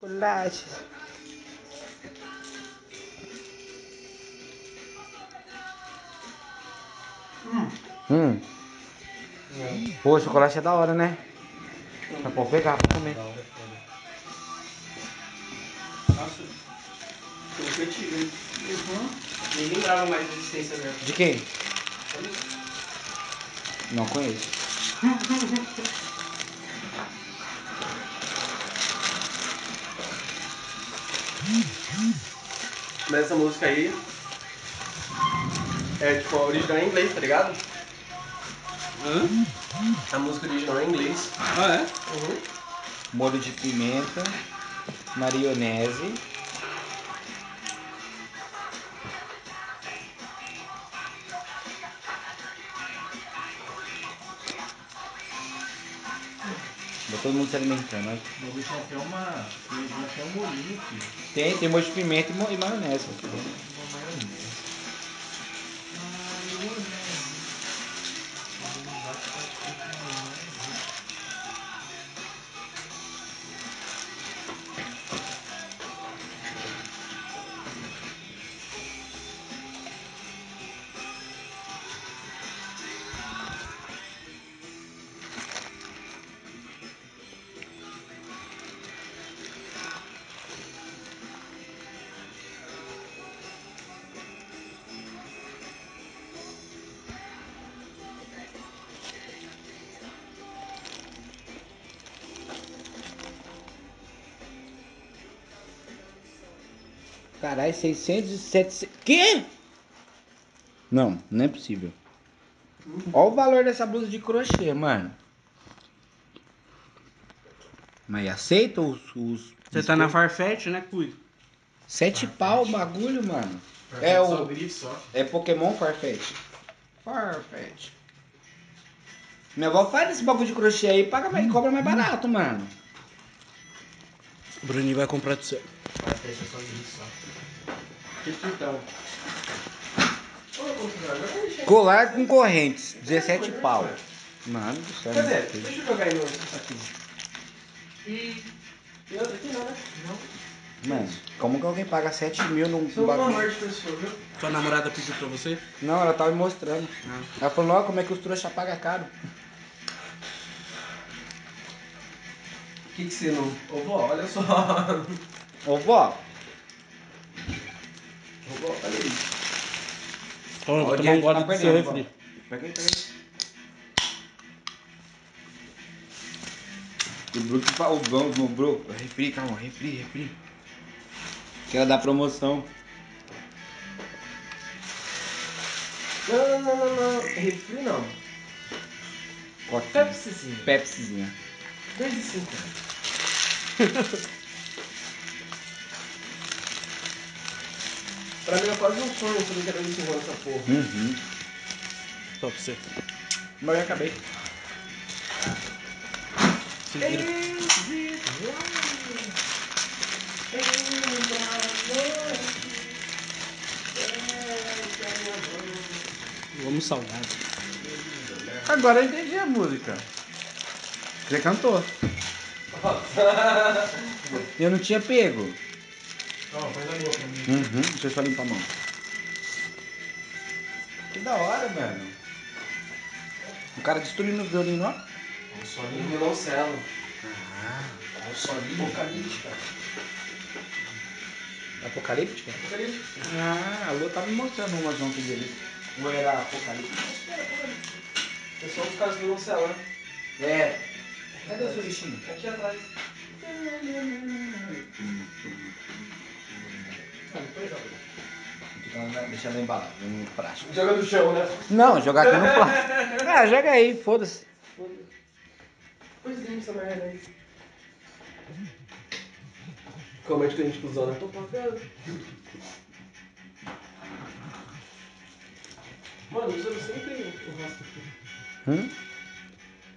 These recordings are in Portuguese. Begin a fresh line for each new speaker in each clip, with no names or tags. verdade.
Hum. Pô, chocolate é da hora, né? Dá pra pegar pra comer.
Nossa, eu fui antigo, hein?
Uhum.
Nem lembrava mais da existência dela.
De quem? Não conheço.
Mas essa música aí é tipo a original em inglês, tá ligado?
Hã?
A música original é em inglês.
Ah, é?
Uhum.
Molho de pimenta, marionese. Tá Todo mundo se alimentando. né?
O bicho tem até uma. Tem até um molinho aqui.
Tem, tem molho de pimenta e mo- e maionese.
Uma maionese.
Caralho, 600 e 700. Quê? Não, não é possível. Olha o valor dessa blusa de crochê, mano. Mas aceita os. os
Você tá na Farfetch, né, Cuido?
Sete pau o bagulho, mano.
Pra
É
gente Só
o.
grife só.
É Pokémon Farfetch? Farfetch. Minha avó faz esse bagulho de crochê aí e paga mais, cobra mais barato, mano.
O Bruninho vai comprar do seu.
Pra fechar só grife só.
Que então.
Colar com correntes, 17 pau. Mano do céu.
Cadê?
meu Deus.
Deixa eu jogar aí no aqui. E. Eu aqui não, né?
Mano, como que alguém paga 7 mil num
Sou uma
bagulho?
amor de pessoa, viu?
Sua namorada pediu pra você?
Não, ela tava me mostrando.
Ah.
Ela falou, ó, como é que os trouxa paga caro.
O que que você não. Ô vó, olha só. Ô
Ô vó,
vó, olha isso.
Ó, eu vou
Olha,
tomar um
tá
gole do seu
perdendo, pô.
refri.
pega aí, pega aí. O Brook, fa- o Vão, o Brook, refri, calma, refri, refri. Que ela dá promoção.
Não, não, não, não, não. É Refri não.
Coquinha.
Pepsizinho.
Pepsizinha.
2,50. pra mim é quase um sonho se eu não quero 2,50 essa porra.
Uhum.
Só pra você.
Mas eu acabei.
Se vira. Vamos salgado.
É. Agora eu entendi a música. Você cantou. Eu não tinha pego.
Ó, põe na boca né? pra mim.
Uhum. Deixa eu só limpar a mão. Que da hora, mano. O cara destruindo os violinos, ó.
Ó, Só
Um
ali.
violoncelo.
Ah.
É um
ó, Só ali.
Apocalíptica.
Apocalíptica?
Apocalíptica.
Ah, a Lu tava me mostrando umas ontem dele. Um Ou era apocalíptica?
É só por causa do violoncelo, né?
É. Cadê o seu bichinho?
Aqui atrás.
Então, né, Deixa ela embalar, no plástico.
Joga no chão, né?
Não, jogar aqui no plástico. Ah, joga aí, foda-se.
Pois é, essa merda aí. Comédia que a gente usou, né? Tô pagando. Mano, os anos sempre tem o rastro aqui.
Hum?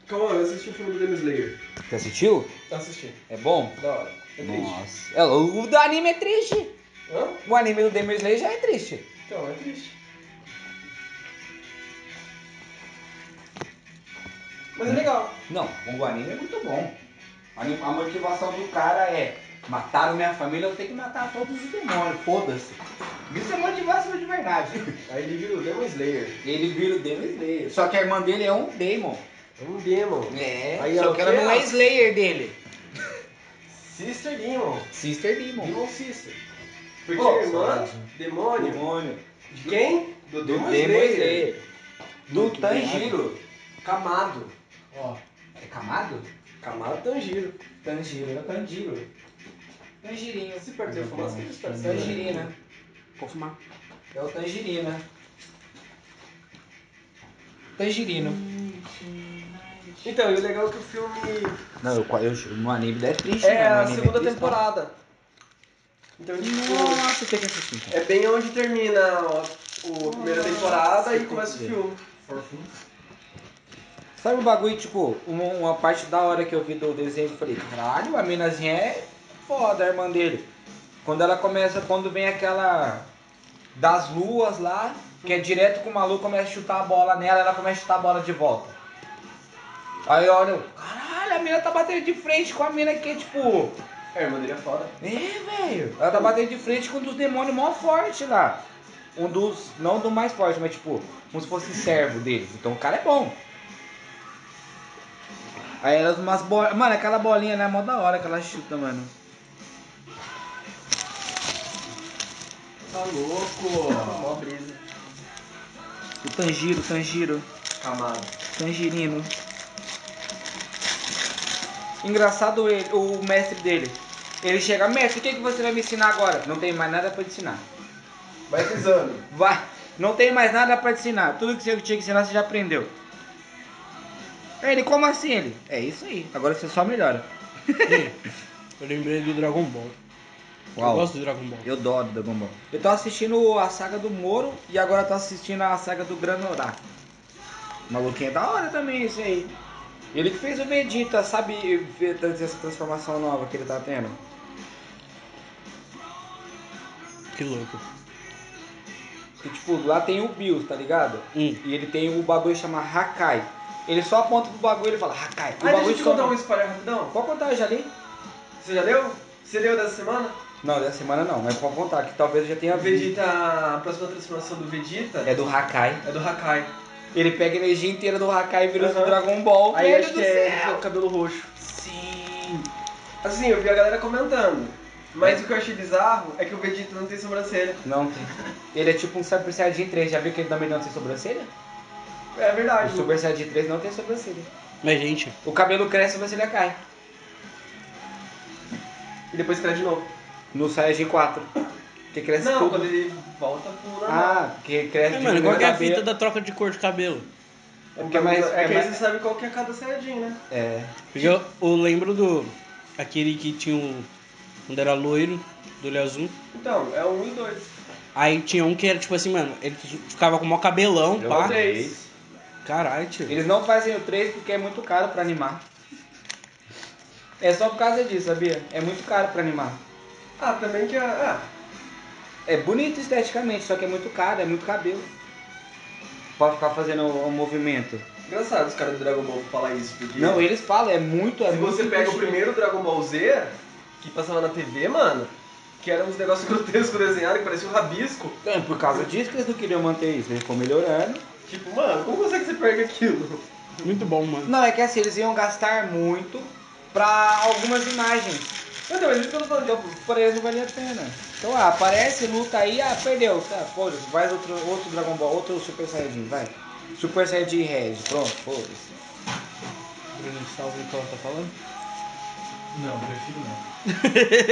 Calma, eu assisti o filme do Demon Slayer.
Você assistiu?
Assisti.
É bom?
Da hora. É triste.
Nossa. É, o o do anime é triste.
Hã?
O anime do Demon Slayer já é triste.
Então, é triste. Mas é legal. é Né?
Não, o anime é muito bom. A, mi- a motivação do cara é: mataram minha família, eu tenho que matar todos os demônios, foda-se. Isso é motivação de verdade.
Aí ele vira o Demon Slayer.
Ele vira o Demon Slayer. Só que a irmã dele é um Demon.
É um Demon.
É,
Aí,
só
ó,
que ela
que
não é
ela-
Slayer dele.
Sister Demon.
Sister Demon.
Demon Sister. Porque
Pô,
é irmã,
saudade.
demônio.
Demônio.
De quem?
Do Demon
Demon Slayer.
Slayer. Do
Muito
Tanjiro.
Camado.
Ó,
É Camado?
Camado Tanjiro.
Tanjiro, é Tanjiro. Tangirinho.
Se perder fumaça, que eles perdem.
Tangerina. Confirmar. É o Tangerina. Tangerino.
Então, e o legal é que o filme
Não, eu, eu, no anime é triste,
é a segunda temporada. Então, tipo,
Nossa, tem que assistir. então.
é bem onde termina ó, o- a primeira temporada e começa o filme.
forfum.
Sabe o bagulho, tipo, uma, uma parte da hora que eu vi do desenho, eu falei, caralho, a minazinha é foda, a irmã dele. Quando ela começa, quando vem aquela das luas lá, que é direto com o maluco, começa a chutar a bola nela, ela começa a chutar a bola de volta. Aí olha, eu, caralho, a mina tá batendo de frente com a mina que é tipo.
É, a irmã dele é foda.
É, velho. Ela tá batendo de frente com um dos demônios mó forte lá. Um dos. Não do mais forte, mas tipo, como se fosse servo deles. Então o cara é bom. Aí elas umas bolas. Mano, aquela bolinha lá é mó da hora que ela chuta, mano.
Tá louco. Mó brisa.
O Tanjiro, Tanjiro,
Camado.
Tangerino. Engraçado ele, o mestre dele. Ele chega, mestre, o que, que você vai me ensinar agora? Não tem mais nada pra te ensinar.
Vai pisando.
Vai, não tem mais nada pra te ensinar. Tudo que você tinha que ensinar, você já aprendeu. Ele, como assim ele? É isso aí. Agora você só melhora.
Eu lembrei do Dragon Ball. Eu gosto do Dragon Ball.
Eu adoro Dragon Ball. Eu tô assistindo a saga do Moro e agora tô assistindo a saga do Granorá. Maluquinho é da hora também isso aí. Ele que fez o Vegeta, sabe ver toda essa transformação nova que ele tá tendo?
Que louco.
Que tipo, lá tem o Bills, tá ligado?
Hum.
E ele tem o bagulho que chama Hakai. Ele só aponta pro bagulho e ele fala Hakai. O
Ah, deixa
bagulho
eu te contar
chama-
um spoiler rapidão.
Pode contar, eu já li?
Você já leu? Você leu dessa semana?
Não, dessa semana não, mas pode contar, que talvez eu já tenha
O
visto.
Vegeta, a próxima transformação do Vegeta
É do Hakai.
é do Hakai.
Ele pega a energia inteira do Hakai e vira o
Aham.
Dragon Ball.
Aí
Velho
acho
do
que é
céu.
o cabelo roxo.
Sim.
Assim, eu vi a galera comentando. Mas o que eu achei bizarro é que o Vegeta não tem sobrancelha.
Não tem. Ele é tipo um Super Saiyajin 3. Já viu que ele também não tem sobrancelha?
É
O
verdade.
Super Saiyajin 3 não tem sobrancelha.
Mas, gente,
O cabelo cresce, a sobrancelha cai.
E depois cai de novo.
No Saiyajin 4. Que cresce
não,
tudo.
quando ele volta pro normal.
Ah, que cresce
é,
de
mano,
novo
qual que é a
cabelo.
fita da troca de cor de cabelo?
é
é
porque
mais-
é que
é
aí
mais-
você sabe qual que é cada Saiyajin, né?
É.
Porque eu, eu lembro do. Aquele que tinha um. Quando era loiro, do olho azul.
Então, é um e dois.
Aí tinha um que era tipo assim, mano, ele ficava com o maior cabelão,
Eu
pá.
Três.
Caralho, tio.
Eles não fazem o 3 porque é muito caro pra animar. É só por causa disso, sabia? É muito caro pra animar.
Ah, também que é. Ah,
É bonito esteticamente, só que é muito caro, é muito cabelo. Pra ficar fazendo o, o movimento.
engraçado os caras do Dragon Ball falar isso, porque.
Não, eles falam, é muito, é
Se
muito
você pega o
investimento.
primeiro Dragon Ball Z, que passava na TV, mano, que era uns negócios grotescos desenhados, que parecia um rabisco.
É, por causa disso que eles não queriam manter isso, eles foram melhorando.
Tipo, mano, como consegue que você perde aquilo?
Muito bom, mano.
Não, é que assim, eles iam gastar muito pra algumas imagens.
Então, mas isso que eu tô falando,
Então, por eles não valia a pena. Então, ah, aparece, luta aí, ah, perdeu. Tá, foda-se, faz outro, outro Dragon Ball, outro Super Saiyajin, vai. Super Saiyajin Red, pronto, foda-se.
Bruno, você tá ouvindo o que ela tá falando?
Não, prefiro não.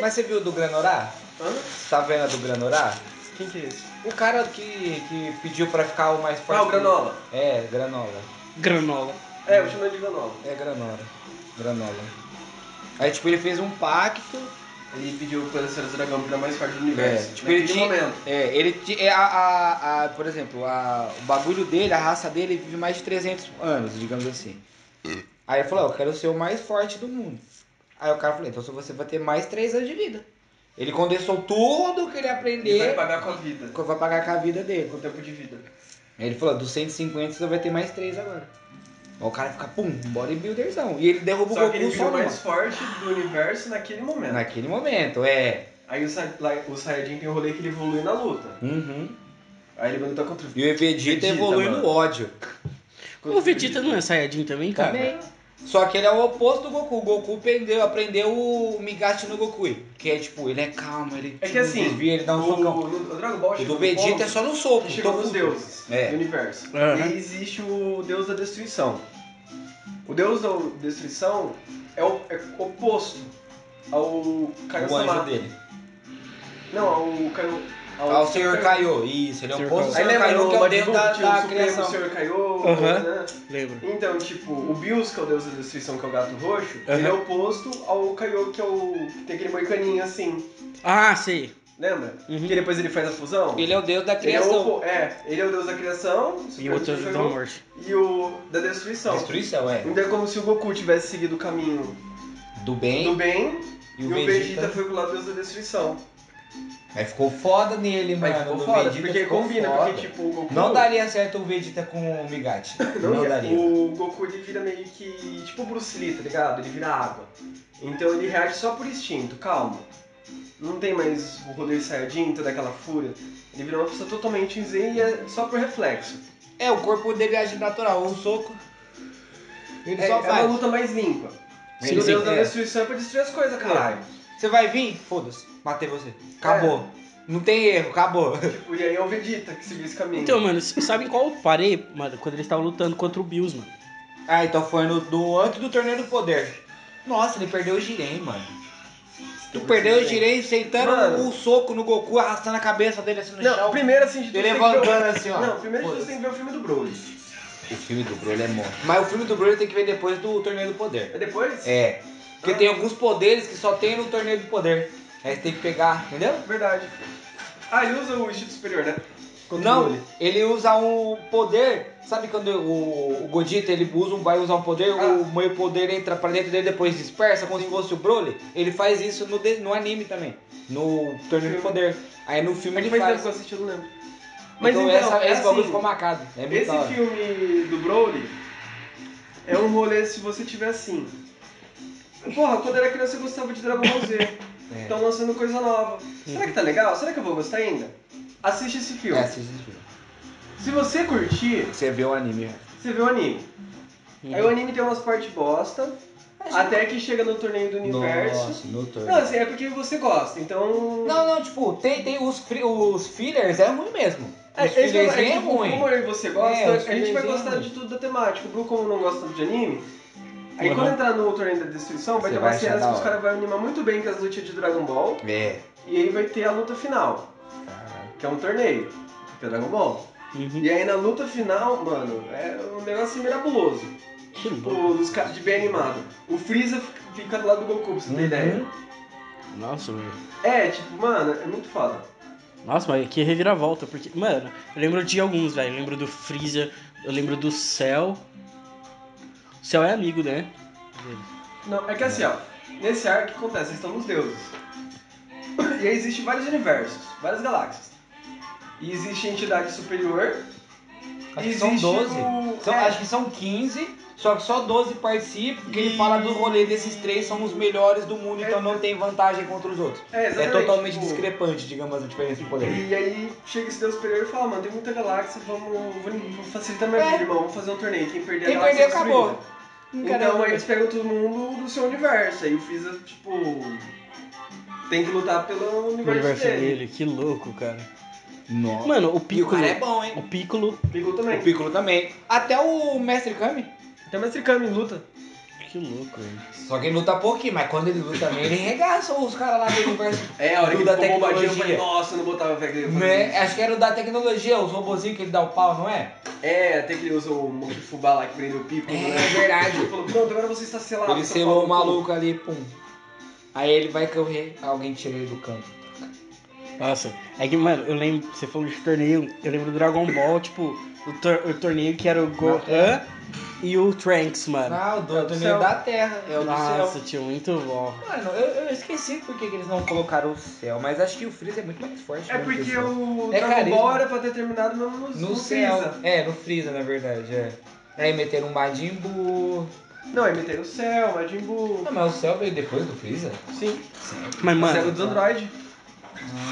Mas você viu do Granorá?
Hã?
Tá vendo a do Granorá?
Quem que é esse?
O cara que, que pediu pra ficar o mais forte.
Ah, o Granola.
É, granola.
Granola.
É, eu chamo ele de Granola.
É granola. Granola. Aí tipo, ele fez um pacto.
Ele pediu pra ser o dragão pra mais forte do universo.
É, tipo, ele
né? naquele
tinha,
momento.
é, ele ti- é a, a- a- por exemplo, a- o bagulho dele, a raça dele vive mais de 300 anos, digamos assim. Aí ele falou, "Ah, eu quero ser o mais forte do mundo. Aí o cara falou, então você vai ter mais 3 anos de vida. Ele condensou tudo que ele
Ele vai
aprender,
pagar com a vida.
que vai pagar com a vida dele.
Com o tempo de vida.
"Ah, Aí ele falou, dos 150 você vai ter mais 3 agora. Mas o cara fica, pum, um bodybuilderzão. E ele derruba o
Só que
Goku
ele
só
virou
numa.
mais forte do universo naquele momento.
Naquele momento, é.
Aí o, Sai- lá- o Saiyajin tem o rolê que ele evolui na luta.
Uhum.
Aí ele vai lutar contra o
E o Vegeta,
Vegeta,
evolui
mano.
no ódio.
O Vegeta não é Saiyajin também, cara?
Também. Só que ele é o oposto do Goku. O Goku aprendeu, aprendeu o Migashi no Goku. Que é tipo, ele é calmo, ele
É que assim,
desvia, ele dá um
o,
socão.
no- o Dragon Ball
O do
chegou num
Vegeta
ponto
é só no soco.
que chegou
tô
nos
puto.
deuses
É.
do universo.
Aham.
E aí existe o deus da destruição. O deus da destruição é o é oposto ao
O anjo
Kaiosama.
dele.
Não, ao Kaio...
Ah, o Senhor Kaiô. Isso, ele é o
Senhor
oposto do Senhor
Aí lembra
Kaiô,
no
que é o
Majin
deus
Buu
da,
que tinha
da
o Supremo, o
criação.
Senhor Kaiô,
Aham.
né?
Lembro.
Então, tipo, o Bills, que é o deus da destruição, que é o gato roxo,
Aham.
ele é oposto ao Kaiô, que é o... que tem aquele moicaninho assim,
Ah, sei.
lembra?
Uhum.
Que depois ele faz a fusão.
Ele é o deus da
Ele é, o,
criação.
opo- é, ele é o deus da criação, o
E
Supremo
o outro é o
Senhor
da
Kaiô,
morte.
e o da destruição.
Destruição, é.
Então é como se o Goku tivesse seguido o caminho
Do
do
bem
bem
e o
Vegeta
Vegeta.
foi pro lado do deus da destruição.
Aí ficou foda nele, mano.
Mas ficou
do
foda,
Vegeta
porque
ficou
combina,
foda.
porque tipo, o Goku...
Não daria certo o Vegeta com o Migashi. Não,
Não, é,
daria.
o Goku ele vira meio que. Tipo o Bruce Lee, tá ligado? Ele vira água. Então ele reage só por instinto, calma. Não tem mais o rolê Saiyajin, toda aquela fúria. Ele vira uma pessoa totalmente zen e é só por reflexo.
É, o corpo dele age natural, um soco. Ele
É, é
só
uma
faz.
luta mais limpa.
Sim,
Se o
sim,
Deus da
é.
Destruição é pra destruir as coisas, caralho.
Você vai vir? Foda-se. Matei você. Acabou.
É.
Não tem erro, acabou.
Tipo, e aí é o Vegeta que seguiu esse caminho.
Então, mano, vocês sabem qual eu parei, mano, quando eles estavam lutando contra o Bills, mano?
Ah, então foi no, do, antes do torneio do poder. Nossa, ele perdeu o Jiren, mano. Tu perdeu o Jiren sentando
Mano.
o soco no Goku, arrastando a cabeça dele assim no
não,
chão.
primeiro assim de tudo.
Ele
tem que ver o-
levantando assim, ó.
Não, primeiro de tudo
Foda-se.
você tem que ver o filme do Broly.
O filme do Broly é monstro. Mas o filme do Broly tem que ver depois do torneio do poder.
É depois?
É. Porque tem alguns poderes que só tem no torneio do poder. Aí você tem que pegar, entendeu?
Verdade. Ah, ele usa o instinto superior, né? Contra o
não,
Broly.
ele usa um poder. Sabe quando o, o Godita ele usa, um- vai usar um poder,
Ah.
o meio poder entra pra dentro dele depois dispersa, como se fosse o Broly? Ele faz isso no, de- no anime também. No torneio do
Filme.
poder. Aí no filme ele
Faz tempo
faz.
que eu assisti, eu não lembro.
Mas
Mas
então,
então,
essa,
é
esse bagulho
assim,
ficou marcado. É muito da
Esse
hora.
filme do Broly é um rolê se você tiver assim. Porra, quando era criança eu gostava de Dragon Ball Z.
É.
Estão lançando coisa nova. Será que tá legal? Será que eu vou gostar ainda? Assiste esse filme.
É, assiste esse filme.
Se você curtir,
Você vê o anime. né?
você vê o anime.
Uhum.
Aí o anime tem umas partes bosta, até que chega no torneio do universo.
É, Nossa, no
Não,
torneio.
assim, é porque você gosta, então.
Não, não, tipo, tem, tem os, fri- os fillers, é ruim mesmo. Os
É, esse é, o-
fillers
é,
é,
tipo,
ruim.
Como eu e você gosta,
É, os
a gente vai
filmezinhos
gostar
ruim.
de tudo da temática. O Blue, como não gosta de anime, aí
Uhum.
quando entrar no torneio da destruição, vai
Você
ter
vai
umas cenas
achar
que
da
os
hora.
caras vão animar muito bem com as lutas de Dragon Ball.
É.
E aí vai ter a luta final,
Caralho.
que é um torneio, que é Dragon Ball.
Uhum.
E aí na luta final, mano, é um negócio miraculoso.
Que louco.
Uhum.
Do- Dos caras de bem animado. O Freeza fica- fica do lado do Goku, pra você ter
Uhum.
ideia.
Nossa, velho.
É, tipo, mano, é muito foda.
Nossa, mas que reviravolta, porque, mano, eu lembro de alguns, velho. Eu lembro do Freezer, eu lembro do Cell. O Cell é amigo, né?
Não, é que assim, ó, nesse arco o que acontece? Eles estão nos deuses. E aí existem vários universos, várias galáxias. E existe a entidade superior.
Acho
e
que são
existe
12.
o-
São-
é,
Acho que são 15, só que só 12 participam, porque ele
E-
fala do rolê desses três, são os melhores do mundo, então não tem vantagem contra os outros.
é,
É
exatamente,
totalmente
tipo,
discrepante, digamos, a diferença de poder.
E aí chega esse deus superior e fala, mano, tem muita galáxia, vamos, vamos, vamos facilitar minha
É.
vida, irmão, vamos fazer um torneio. Quem perder
Quem
a galáxia
perder, acabou.
é destruída. Então aí eles pegam todo mundo do seu universo. Aí o Freeza, tipo, tem que lutar pelo
O
universo,
universo
dele.
dele, que louco, cara.
Nossa.
Mano, o
é E o
Piccolo.
cara é bom, hein?
O Piccolo.
Pegou também.
O Piccolo também. Até o Mestre Kami.
Então, mas esse em luta.
Que louco, velho.
Só que ele luta pouquinho, mas quando ele luta também, ele regaça os caras lá do universo.
É, a hora que
Do da
ele ficou bombadinho, eu falei,
tecnologia.
nossa, eu não botava fé que ele ia fazer
Né? Acho que era o da tecnologia, os robozinhos que ele dá o pau, não é?
isso. É, até que ele usou o monte de fubá lá que prendeu o pico,
É,
né?
verdade.
Ele falou, pronto, agora você está selado.
Ele
seu
selou
pau
o
no cu."
maluco ali, pum. Aí ele vai correr, alguém tira ele do campo.
Nossa, é que, mano, eu lembro. Você falou de torneio, eu lembro do Dragon Ball, tipo, o, tor- o torneio que era o Gohan e o Trunks, mano.
é. Ah, o do, do meio
É céu.
da terra, é o do
Nossa,
céu.
tio, muito bom.
Mano, eu, eu esqueci porque eles não colocaram o céu, mas acho que o Freeza é muito mais forte.
É
né, que
porque
céu.
o
É
Dragon
carisma.
Ball era pra ter terminado mesmo no,
No
no
céu.
Freeza.
É, no Freeza, na verdade, é. Aí meteram o Majin Buu.
Não, aí meteram o Cell, Majin Buu.
Não, mas o Cell veio depois do Freeza?
Sim,
Mas,
Cell
é
mano,
dos Android.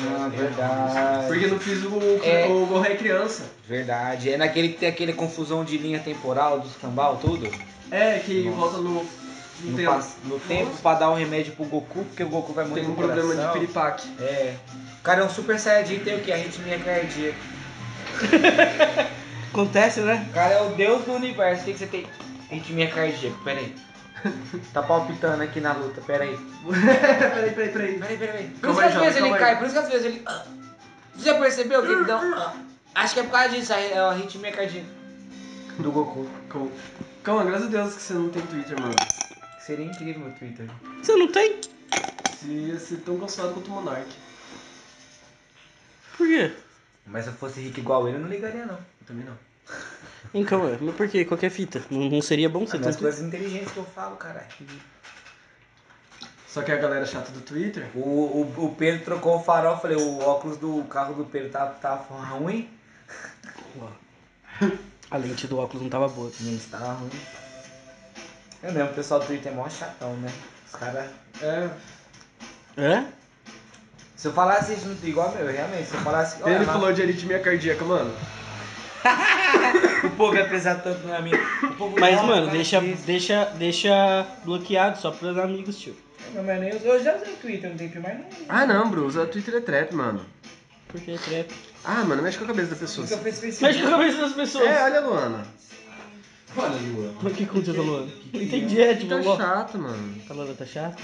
Ah, verdade.
Porque não fiz o,
É.
o Gohan é criança.
Verdade. É naquele que tem aquele confusão de linha temporal, dos cambal, tudo.
É, que
Nossa.
volta no.
No,
tem, um,
pas- no tempo pra dar um remédio pro Goku, porque o Goku vai morrer.
tem um
do
problema de
coração.
piripaque.
É. O cara é um super saiyajin tem o que? A arritmia cardíaca.
acontece, né?
O cara é o deus do universo. O que, que você tem? Arritmia cardíaca, pera aí. Tá palpitando aqui na luta, pera aí.
peraí, peraí, peraí.
Peraí, peraí. Por isso que
Calma aí,
às
jovem,
vezes ele
calma aí.
cai, por isso que às vezes ele. Ah. Você já percebeu que ele dá um. ah? Acho que é por causa disso, a- é a arritmia cardíaca. Do Goku.
Calma, Calma, graças a Deus que você não tem Twitter, mano.
Seria incrível o Twitter.
Você não tem?
Se você tão consolado quanto o Monark.
Por quê?
Mas se eu fosse rico igual ele, eu não ligaria não.
Eu também não.
Então, ué, mas por quê? Qualquer fita. Não, não seria bom você
São
ter um
as
Twitter?
coisas inteligentes que eu falo, caralho.
Só que a galera chata do Twitter.
O, o, o Pedro trocou o farol, falei, o óculos do carro do Pedro tá, tá ruim.
A lente do óculos não tava boa.
Hum,
Gente, tá ruim. Eu lembro, o pessoal do Twitter é mó chatão, né? Os caras.
É.
Hã?
Se eu falasse isso no Twitter, igual meu, realmente, se eu falasse.
Ele
olha,
falou de aritmia cardíaca, mano.
O povo vai precisar tanto no meu amigo. O povo
Mas,
não,
é
mano,
cara,
deixa,
isso.
deixa, deixa bloqueado só pros amigos, tio.
Não, mas nem- eu já usei o Twitter um tempo, mas não.
Ah não, Bru, usar Twitter é trap, mano.
Porque é trap.
Ah, mano, mexe com a cabeça da pessoa.
Isso eu fiz Facebook.
Mexe com a cabeça das pessoas.
É, olha a Luana.
Olha, Luan.
O que aconteceu com a Luana? Não entendi, é tipo,
Tá
ó.
chata, mano.
A Luana tá chata?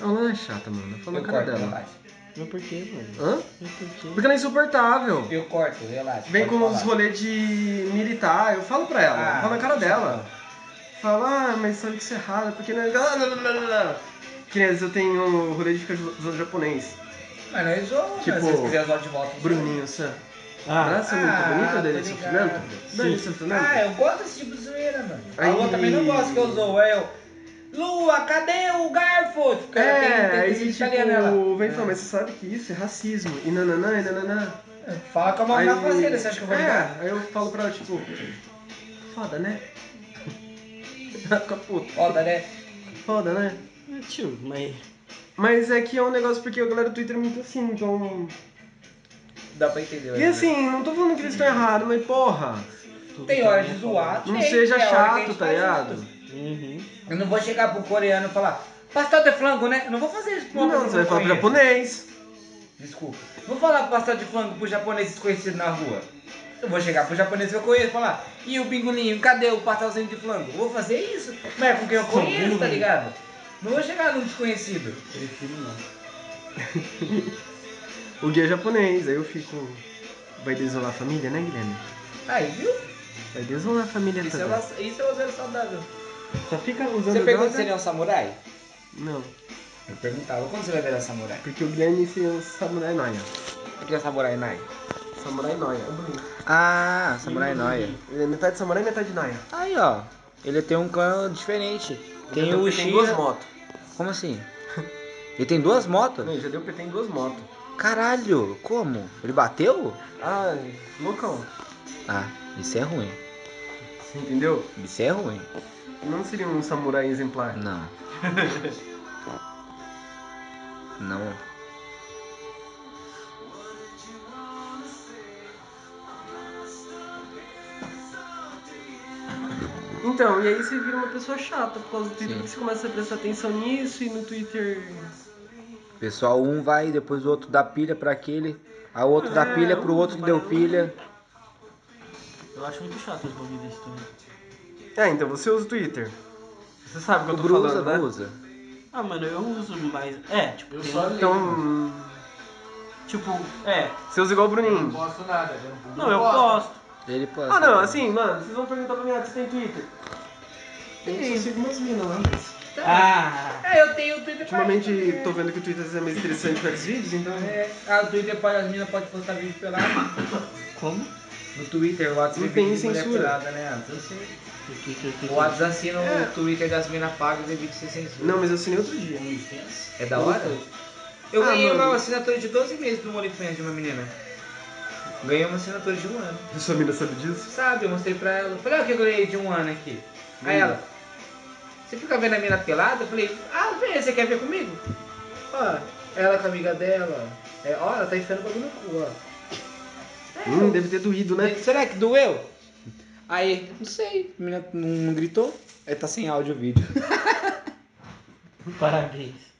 A Luana é chata, mano. Fala
Eu
na cara
corto,
dela.
relaxa.
Mas por quê, mano?
Hã?
Mas por quê?
Porque ela é insuportável.
Eu corto, relaxa.
Vem
pode
com
falar.
os rolês de militar, eu falo pra ela,
Ah,
falo na cara dela. Fala, ah, mas sabe que isso é errado, porque não é. Ah, não, não, não, não, não. Que nem às vezes eu tenho um rolê de ficar usando japonês.
Mas nós zoamos,
Tipo,
mas se vocês quiserem zoar de volta.
Bruninho, Sam.
Ah,
Abraça muito
ah,
é bonita Dani
tô
Sofrimento? Dani Sofrimento?
Ah, eu gosto desse tipo de zoeira, mano. A
né, Aí-
Lua também não gosta que eu zoo, é eu. Lua, cadê o garfo? Porque ela tem, tem
É, aí
esse
tipo,
italiano ela.
vem falar, mas você sabe que isso é racismo, e nananã, e nananã.
Fala com a mamãe na fazenda, você acha que eu vou ligar?
É, aí eu falo pra ela, tipo, foda, né? Ela fica puta,
Foda, né?
foda, né?
é, tio, mas.
Mas é que é um negócio porque a galera do Twitter é muito assim, então.
Dá pra entender.
E assim, não tô falando que eles estão errados, mas porra,
né? tem hora de zoar.
não
tem,
seja
tem hora que a gente
chato, tá
faz
ligado?
isso.
Uhum.
Eu não vou chegar pro coreano e falar, pastel de flango, né? Eu não vou fazer isso com uma
Não,
pessoa
você
que
vai
eu
falar pro
conheço.
japonês.
Desculpa. Vou falar pastel de flango pro japonês desconhecido na rua. Eu vou chegar pro japonês que eu conheço e falar, e o pingulinho, cadê o pastelzinho de flango? Eu Vou fazer isso. Mas é com quem eu conheço, tá ligado? Não vou chegar num desconhecido.
Prefiro não.
O guia é japonês, aí eu fico. Vai desolar a família, né, Guilherme?
Aí, viu?
Vai desolar a família
Isso é,
toda.
la- isso é lazer saudável.
Só fica usando
Você pergunta se
droga.
ele é um samurai?
Não,
Eu perguntava, quando você vai virar samurai?
porque o Guilherme seria um samurai noia.
O que é samurai nai?
Samurai noia.
Ah, samurai noia.
Ele é metade samurai e metade noia.
Aí, ó. Ele tem um clã diferente.
Já deu PT em duas motos.
Como assim? Ele tem duas motos?
Não, já deu PT em duas motos.
Caralho, como? Ele bateu?
Ah, Lucão,
Ah, isso é ruim.
você entendeu?
Isso é ruim.
Não seria um samurai exemplar.
Não. Não.
Então, e aí você vira uma pessoa chata por causa do Twitter,
Sim.
porque você começa a prestar atenção nisso e no Twitter.
Pessoal, um vai, depois o outro dá pilha pra aquele. Aí o outro dá
É,
pilha pro
um
outro que deu
vai,
pilha.
Eu acho muito chato os bagulho desse também.
É, então você usa o Twitter. Você sabe o que
O
eu tô
Bru usa,
falando, né?
Bru usa.
Ah, mano, eu uso mais. É, tipo,
Eu
tem-
só
Então.
leio.
Tipo, é.
Você usa igual o
Eu não
Bruninho.
posto nada. Eu não,
Não, eu gosto.
Ele passa.
Ah não, assim, mano, vocês vão perguntar pra mim, ah, você tem Twitter? Eu sigo umas minas lá, mas.
Ah!
É, eu tenho o Twitter
Ultimamente tô vendo que o Twitter é mais interessante que os vídeos, então.
É, ah, o Twitter pode, as meninas podem postar vídeo pelado.
Como?
No Twitter, o WhatsApp
Não tem
vídeo de mulher
censura.
pelada, né? Antes eu sei.
O que que que-
O WhatsApp assina o Twitter das minas pagas e vídeo sem censura.
Não, mas eu assinei outro dia.
É da hora? Eu
Ah,
ganhei
mano.
uma assinatura de 12 meses do OnlyFans de uma menina. Ganhei uma assinatura de um ano.
E sua mina sabe disso?
Sabe, eu mostrei pra ela. Falei, olha o que eu ganhei de um ano aqui. Aí ela, você fica vendo a mina pelada? Eu falei, ah, vem, você quer ver comigo? Ó, ela com a amiga dela. É, ó, ela tá enfiando o bagulho no cu, ó. É,
Hum, deve ter doído, né?
Será que doeu? Aí, não sei, a menina não, não gritou. Aí tá sem áudio o vídeo.
Parabéns.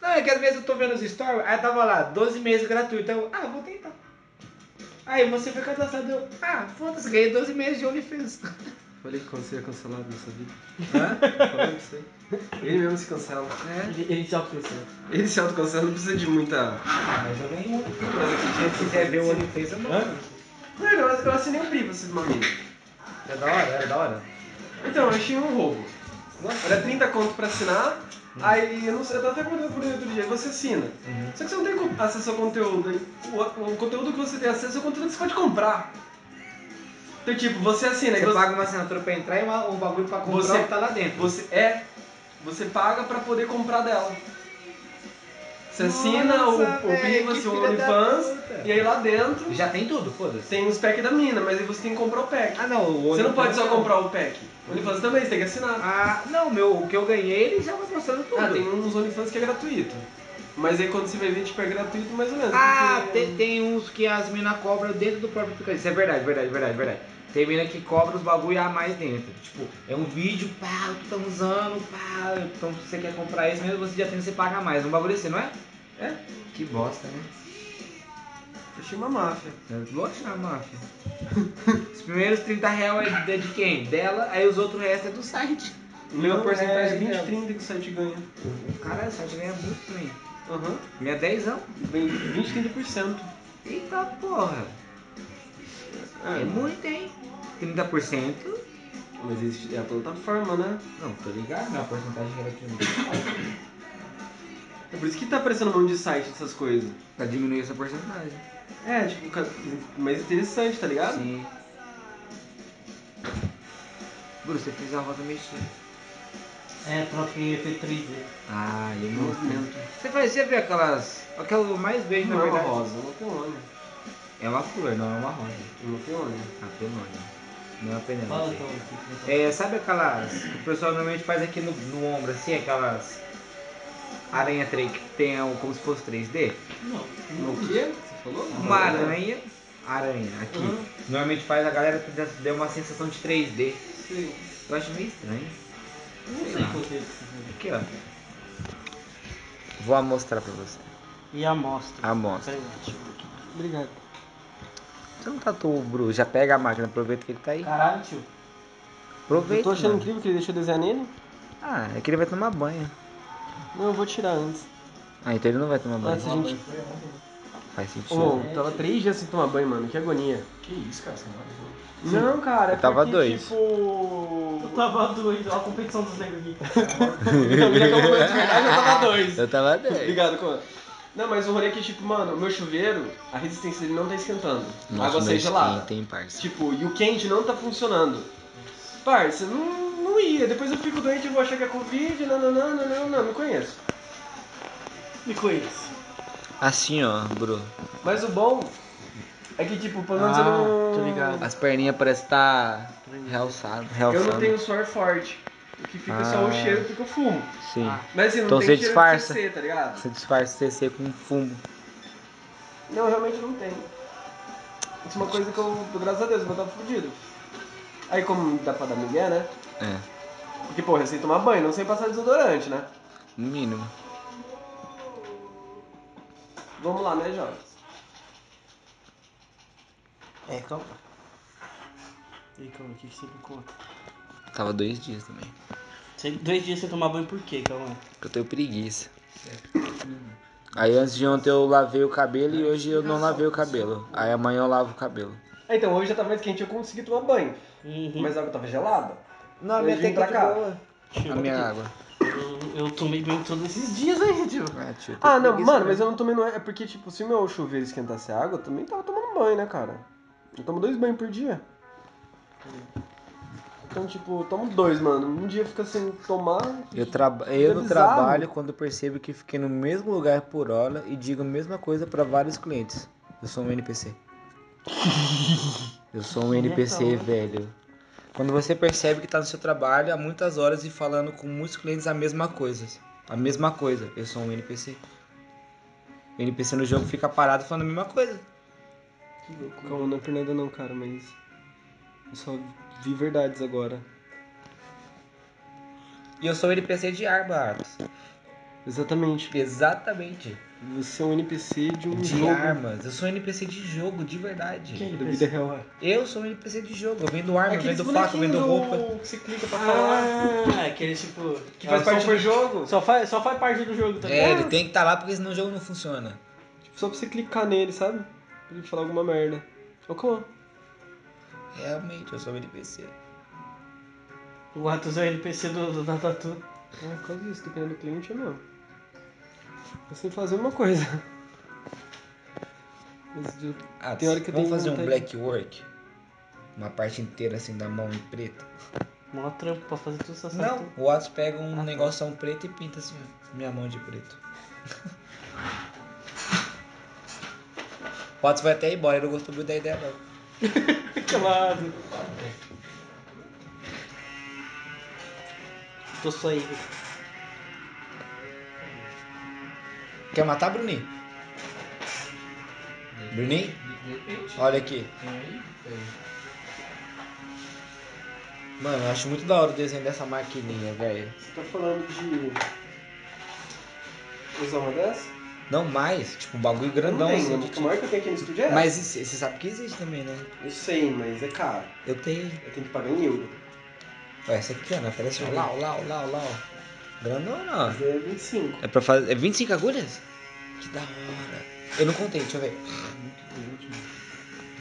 Não, é que às vezes eu tô vendo os stories, aí tava lá, 12 meses gratuito. Aí eu, ah, vou tentar. Aí você foi cadastrado, eu, ah, foda-se, ganhei 12 meses de OnlyFans.
Falei que você ia cancelado nessa vida. Hã? Falei pra você. É. Ele mesmo se cancela.
Ele, ele se autocancela.
Ele se autocancela, não precisa de muita.
Mas eu ganhei um OnlyFans. Se quiser ver o OnlyFans, é eu mando.
Não, eu não assinei um o privo esses mamilos.
É da hora, é da hora.
Então, eu achei um roubo. Era 30 conto pra assinar. Aí, eu não sei, eu tava até perguntando por ele outro dia, você assina.
Uhum.
Só que você não tem co- acesso ao conteúdo. aí O, o conteúdo que você tem acesso é o conteúdo que você pode comprar. Então, tipo, você assina. aí
Você
você,
paga uma assinatura pra entrar e uma- um bagulho pra comprar
Você-
o que tá lá dentro.
você- é. Você paga pra poder comprar dela. Você assina o,
Nossa,
o
velho,
Privacy,
que
o
filha da
OnlyFans.
puta.
E aí lá dentro
Já tem tudo, foda-se.
tem os packs da mina, mas aí você tem que comprar o pack.
Ah, não, o
Você não
OnlyFans
pode só comprar o pack. O OnlyFans também, você tem que assinar.
Ah, não, meu, o que eu ganhei, ele já vai mostrando tudo.
Ah, tem uns OnlyFans que é gratuito. Mas aí quando você vai ver, tipo, é gratuito mais ou menos.
Ah,
porque-
tem, tem uns que as minas cobram dentro do próprio aplicativo. Isso é verdade, verdade, verdade, verdade. Tem mina que cobra os bagulho a mais dentro. Tipo, é um vídeo, pá, que tá usando, pá. Então se você quer comprar esse mesmo, você já tem, você paga mais. Um bagulho assim, não é?
É.
Que bosta, né?
Achei uma máfia.
Eu Vou achar, máfia. os primeiros 30 reais é de- é de quem? Dela, aí os outros restos é do site.
Meu
Não,
porcentagem
é
é 20,
dela.
30 que o site ganha.
Caralho, o site ganha muito bem.
Aham.
Minha dezão.
Vem 20, 30%.
Eita porra. É muito, hein? 30%.
Mas existe é a plataforma, né?
Não, tô ligado, não. A porcentagem era um diminuir.
É por isso que tá aparecendo um monte de site dessas coisas.
Pra diminuir essa porcentagem.
É, tipo, ca- mais interessante, tá ligado?
Sim. Bruno, você fez a roda mexer.
É, troquei efeito 3D.
Ah, eu
Um Movimento.
Você faz, você vê aquelas. Aquela que eu mais vejo
Não
na
é uma
verdade.
rosa, é uma peônia.
É uma flor, não é uma rosa. Ah,
É uma peônia.
A penônia. Não é a
Fala,
penônia.
então. o que que você
É, sabe aquelas que o pessoal normalmente faz aqui no, no ombro, assim, aquelas aranha 3 que tem um- como se fosse 3D?
tá- Não.
O quê? Você falou? É.
Uma aranha, aranha, aqui.
Uhum.
Normalmente faz a galera que dá uma sensação de 3D.
Sim.
Eu acho meio estranho.
Não sei
lá.
qual que é esse jogo.
Aqui, ó. Vou mostrar pra você.
E a amostra.
A amostra.
Peraí, deixa eu ver aqui. Obrigado.
Você não tatuou o Bru, já pega a máquina, aproveita que ele tá aí.
Caralho, tio.
Ah, Eu
Aproveita.
tô achando
mano.
incrível que ele deixou desenhar nele.
Ah, é que ele vai tomar banho.
Não, eu vou tirar antes.
Ah, então ele não vai tomar
Tá
Ah,
banho.
se a gente.
assim.
Faz sentido.
Ô, tava três dias sem tomar banho, mano. Que agonia.
Que isso, cara? Você não vai-
Não, cara. é
Eu tava
porque,
dois.
Eu
Tipo.
tava doido. Olha a competição dos negros aqui.
Ele acabou de verdade, eu tava dois.
Eu tava doido.
Obrigado, Conan. Não, mas o rolê é que, tipo, mano, o meu chuveiro, a resistência dele não tá esquentando. A água sai gelada.
Tem, parça.
Tipo, e o quente não tá funcionando. Parça, não, não ia. Depois eu fico doente e vou achar que é Covid. Não, não, não, não, não, não, não conheço.
Me conheço.
Assim, ó, Bru.
Mas o bom é que, tipo, pelo menos
Ah,
eu não.
tô ligado.
As perninhas parecem estar tá realçado.
Eu não tenho suor forte. O que fica é só o
Ah.
cheiro porque eu fumo.
Sim.
Mas assim, não
Então
tem
você
cheiro
disfarça.
de CC, tá ligado?
Você disfarça o CC com fumo.
Não, realmente não tem. Isso é uma coisa que eu, graças a Deus, eu tava fudido. Aí como dá pra dar migué, né?
É.
Porque, porra, eu sei tomar banho, não sei passar desodorante, né?
No mínimo.
Vamos lá, né, Jovem?
É, calma.
E aí, calma, o que que você me conta?
Tava dois dias também.
Você- dois dias sem tomar banho por quê, calma?
Porque eu tenho preguiça. Aí antes de ontem eu lavei o cabelo e hoje eu não lavei o cabelo. Aí amanhã eu lavo o cabelo.
Ah, Então, hoje já tava mais quente, eu consegui tomar banho.
Uhum.
Mas a água tava gelada.
Não, tá
a minha tem que ir de
Tio,
A minha
aqui.
água.
Eu, eu tomei banho todos esses dias aí, tio.
Ah, tio, eu tenho
Ah, não,
preguiça
mano, mas
mesmo.
eu não tomei... Não é é porque, tipo, se o meu chuveiro esquentasse a água, eu também tava tomando banho, né, cara? Eu tomo dois banhos por dia. Então, tipo, eu tomo dois, mano. Um dia fica sem tomar...
Eu, traba... eu não
bizarro.
trabalho quando percebo que fiquei no mesmo lugar por hora e digo a mesma coisa pra vários clientes. Eu sou um NPC. Eu sou um
Então, né?
NPC, velho. Quando você percebe que tá no seu trabalho há muitas horas e falando com muitos clientes a mesma coisa. A mesma coisa. Eu sou um NPC. O NPC no jogo fica parado falando a mesma coisa.
Calma, não é por nada não, cara, mas. Eu só vi verdades agora.
E eu sou um NPC de arma, Arthur.
Exatamente.
Exatamente.
Você é um NPC de um
De
jogo
armas. Eu sou um NPC de jogo, de verdade.
da vida real. é.
Eu sou um NPC de jogo. Eu vendo arma, eu
Aqueles
vendo faca, eu vendo
bonequinhos
roupa.
que você clica pra falar.
Ah, aquele tipo.
Que faz
Ah,
parte
só,
do jogo.
só, faz, só faz parte do jogo, tá
É,
ligado?
ele tem que estar lá porque senão o jogo não funciona.
Tipo, só pra você clicar nele, sabe? Pra ele falar alguma merda. Ô, Cauã,
Realmente, eu sou um NPC.
O Atos é o NPC do, do, da Tatu.
É, quase isso, dependendo do cliente é mesmo. Você fazer uma coisa. Mas de-
Ah,
Tem hora que eu
vamos
tenho
fazer um
vontade
black work? Uma parte inteira assim da mão em preto?
Mó trampo pra fazer tudo essas
Não,
tatu.
o Atos pega um negoção preto e pinta assim, ó, minha mão de preto. o Atos vai até ir embora, ele não gostou muito da ideia não.
Claro. Tô só aí.
Quer matar, Bruninho? Bruninho? Olha aqui. Mano, eu acho muito da hora o desenho dessa maquininha, velho.
Você tá falando de. usar uma dessa?
Não mais, tipo um bagulho
Eu não
grandão
tenho,
né?
assim.
mano. O maior que eu tenho aqui no estúdio é essa.
Mas isso- você sabe que existe também, né?
Eu sei, mas é caro.
Eu tenho.
Eu tenho que pagar em euro.
Ué, essa aqui, ó, parece um lau, lau, lau, lau. Grandona,
Mas é 25.
ó. É pra fazer. É 25 agulhas? Que da hora. Eu não contei, deixa eu ver.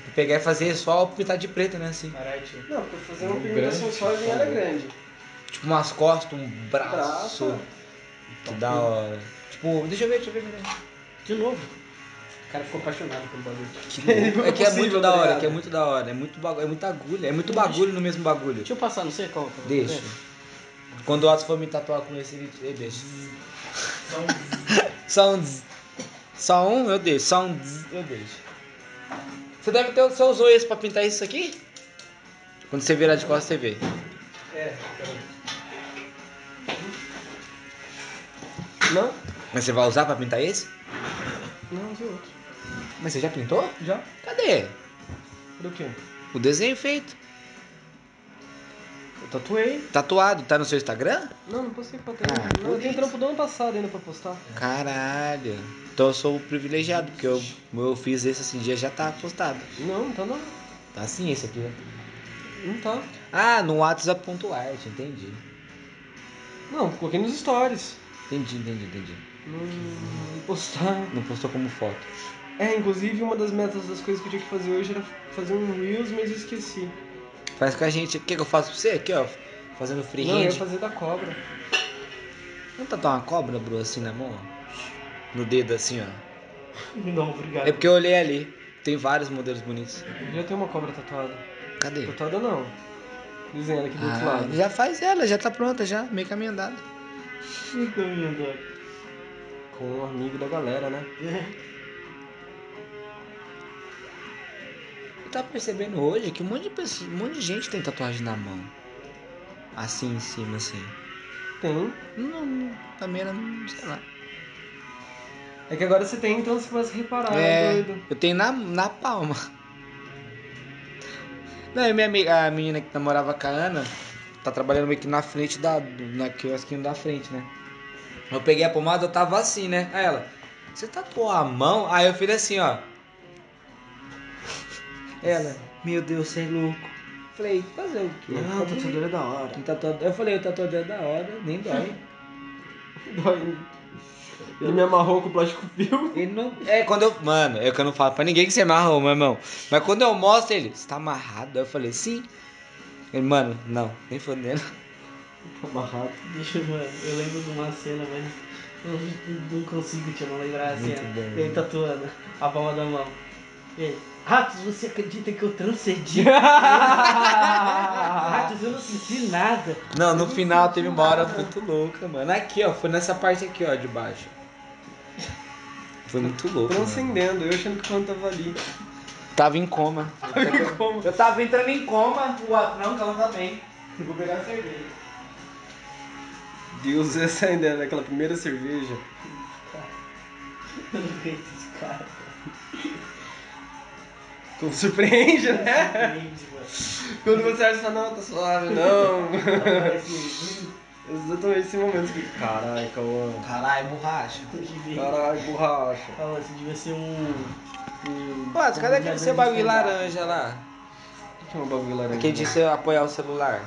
Vou pegar e é fazer só pintar de preto, né? Assim.
Caralho, tio.
Não, pra fazer
É um
uma pigmentação só já era grande.
Tipo umas costas, um braço.
Braço.
Que da hora. Tipo, deixa eu ver, deixa eu ver. deixa eu ver.
De novo. O cara ficou apaixonado pelo bagulho.
É que é muito
possível,
da
tá
hora,
ligado?
que é muito da hora. É muito bagulho, é muita agulha. É muito bagulho no mesmo bagulho.
Deixa eu passar, não sei qual. qual-
Deixa. Quando o Atos for me tatuar com esse, ele, ele deixa. Só um. zzz. Só um, eu deixo. Só um, zzz, eu deixo. Você deve ter. Você usou esse pra pintar isso aqui? Quando você virar de costas, você vê.
É,
Não?
Mas você vai usar pra pintar esse?
Não, de outro.
Mas você já pintou?
Já?
Cadê?
Do quê?
O desenho feito.
Eu tatuei.
Tatuado. Tá no seu Instagram?
Não, não postei pra tatuar. não, Ah, eu tenho trampo do ano passado ainda pra postar.
Caralho. Então eu sou privilegiado, porque eu, eu fiz esse assim dia já tá postado.
Não, não tá não.
Tá assim esse aqui, né?
Não tá.
Ah, no WhatsApp.art, entendi.
Não, coloquei nos stories.
Entendi, entendi, entendi.
Não, não postar.
Não postou como foto.
É, inclusive uma das metas das coisas que eu tinha que fazer hoje era fazer um Reels, mas eu esqueci.
Faz com a gente. O que, que eu faço pra você aqui, ó? Fazendo
Não, eu ia
freehand.
fazer da cobra.
Vamos tatuar uma cobra, bro, assim na mão, ó. No dedo, assim, ó.
Não, obrigado.
É porque eu olhei ali. Tem vários modelos bonitos.
Eu já tenho uma cobra tatuada.
Cadê?
Tatuada não. Desenhada aqui do outro
Ah,
lado.
já faz ela, já tá pronta, já. Meio caminho andado.
Então, minha dó.
Com um amigo da galera, né?
Eu tava tá percebendo hoje que um monte de pessoa, um monte de gente tem tatuagem na mão. Assim em cima, assim.
Tem.
Não, não, também era, não sei lá.
É que agora você tem, então você começa a reparar,
É,
doido.
eu tenho na, na palma. Não, e minha amiga, a menina que namorava com a Ana, tá trabalhando meio que na frente da. do- na quiosquinho da frente, né? Eu peguei a pomada, eu tava assim, né? Aí ela, você tatuou a mão? Aí eu fiz assim, ó. Ela, meu Deus, você é louco. Falei, fazer o quê?
Ah,
Não, tatuador é da hora.
Um tatuador- Eu falei, o tatuador é da hora, nem dói.
Dói. Ele me amarrou com o plástico fio.
Ele não. É, quando eu. Mano, é que eu não falo pra ninguém que você amarrou, meu irmão. Mas quando eu mostro ele, você tá amarrado? Aí Eu falei, sim. Ele, mano, não, nem fodendo.
Amarrado.
Deixa eu, mano, eu lembro de uma cena, mas eu não consigo, tio, não lembrar a
Muito
cena.
bom.
Ele tatuando a palma da mão. E ele, Ratos, você acredita que eu transcendi? Ratos, eu não senti nada.
Não, no final teve uma hora muito louca, mano. Aqui, ó, foi nessa parte aqui, ó, de baixo. Foi muito louco. mano.
Transcendendo, eu achando que o Juan tava ali.
Tava em coma.
Eu tava entrando em coma, o outro não, calma também. Vou pegar cerveja.
Deus, essa é ainda era aquela primeira cerveja. Como surpreende, né? Quando você acha, fala, não, tá suave, não. Exatamente esse momento que, caralho, calma.
Caralho, borracha.
Caralho, borracha.
Fala, você devia ser um.
Mas cadê aquele seu bagulho laranja lá?
O que é um bagulho laranja?
Quem disse apoiar o celular?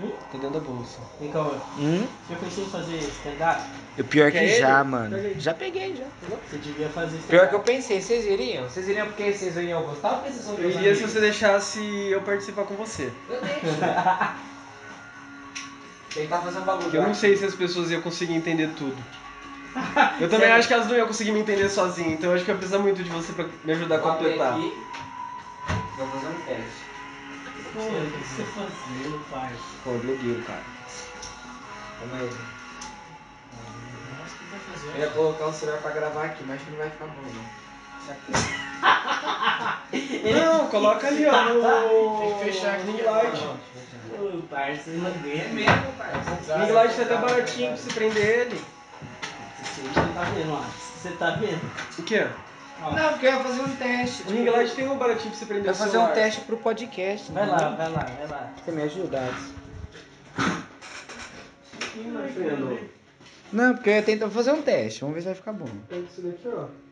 Tá dentro da bolsa.
Hum? Vem cá, mano.
Hum?
Você pensou em fazer stand-up?
Eu pior que
Quer
é
ele?
já, mano.
Pega ele.
Já peguei, já.
Você devia fazer stand-up.
Pior que eu pensei, vocês iriam? Vocês iriam porque vocês iriam gostar ou porque vocês são
Eu
meus
iria se
amigos?
você deixasse eu participar com você.
Eu deixo. Tentar fazer um bagulho.
Porque eu não sei se as pessoas iam conseguir entender tudo. Eu também acho que elas não iam conseguir me entender sozinha, então eu acho que eu ia precisar muito de você pra me ajudar a
Vou abrir
completar.
aqui. Vou fazer um teste.
Pô, o que você fazendo, pai?
Pô, blogueiro, cara.
Calma aí.
Nossa, o que vai
Eu
fazer?
ia colocar o celular pra gravar aqui, mas acho que não vai ficar bom, né? não.
Não, coloca ali, ó, no...
Tem que fechar aqui.
Ring light.
Ô, parça, você não aguenta.
mesmo, parça.
Ring light tá até baratinho pra você prender ele.
Você não tá vendo, ó. Você tá vendo?
O quê?
Não, porque eu ia fazer um teste.
O ring light tem um baratinho pra você prender
Vai
o
fazer
celular.
um teste pro podcast.
Vai lá, vai lá, vai lá.
Você me ajudar.
Ih, Fernando, né?
Não, porque eu ia tentar fazer um teste. Vamos ver se vai ficar bom.
pega isso daqui, ó.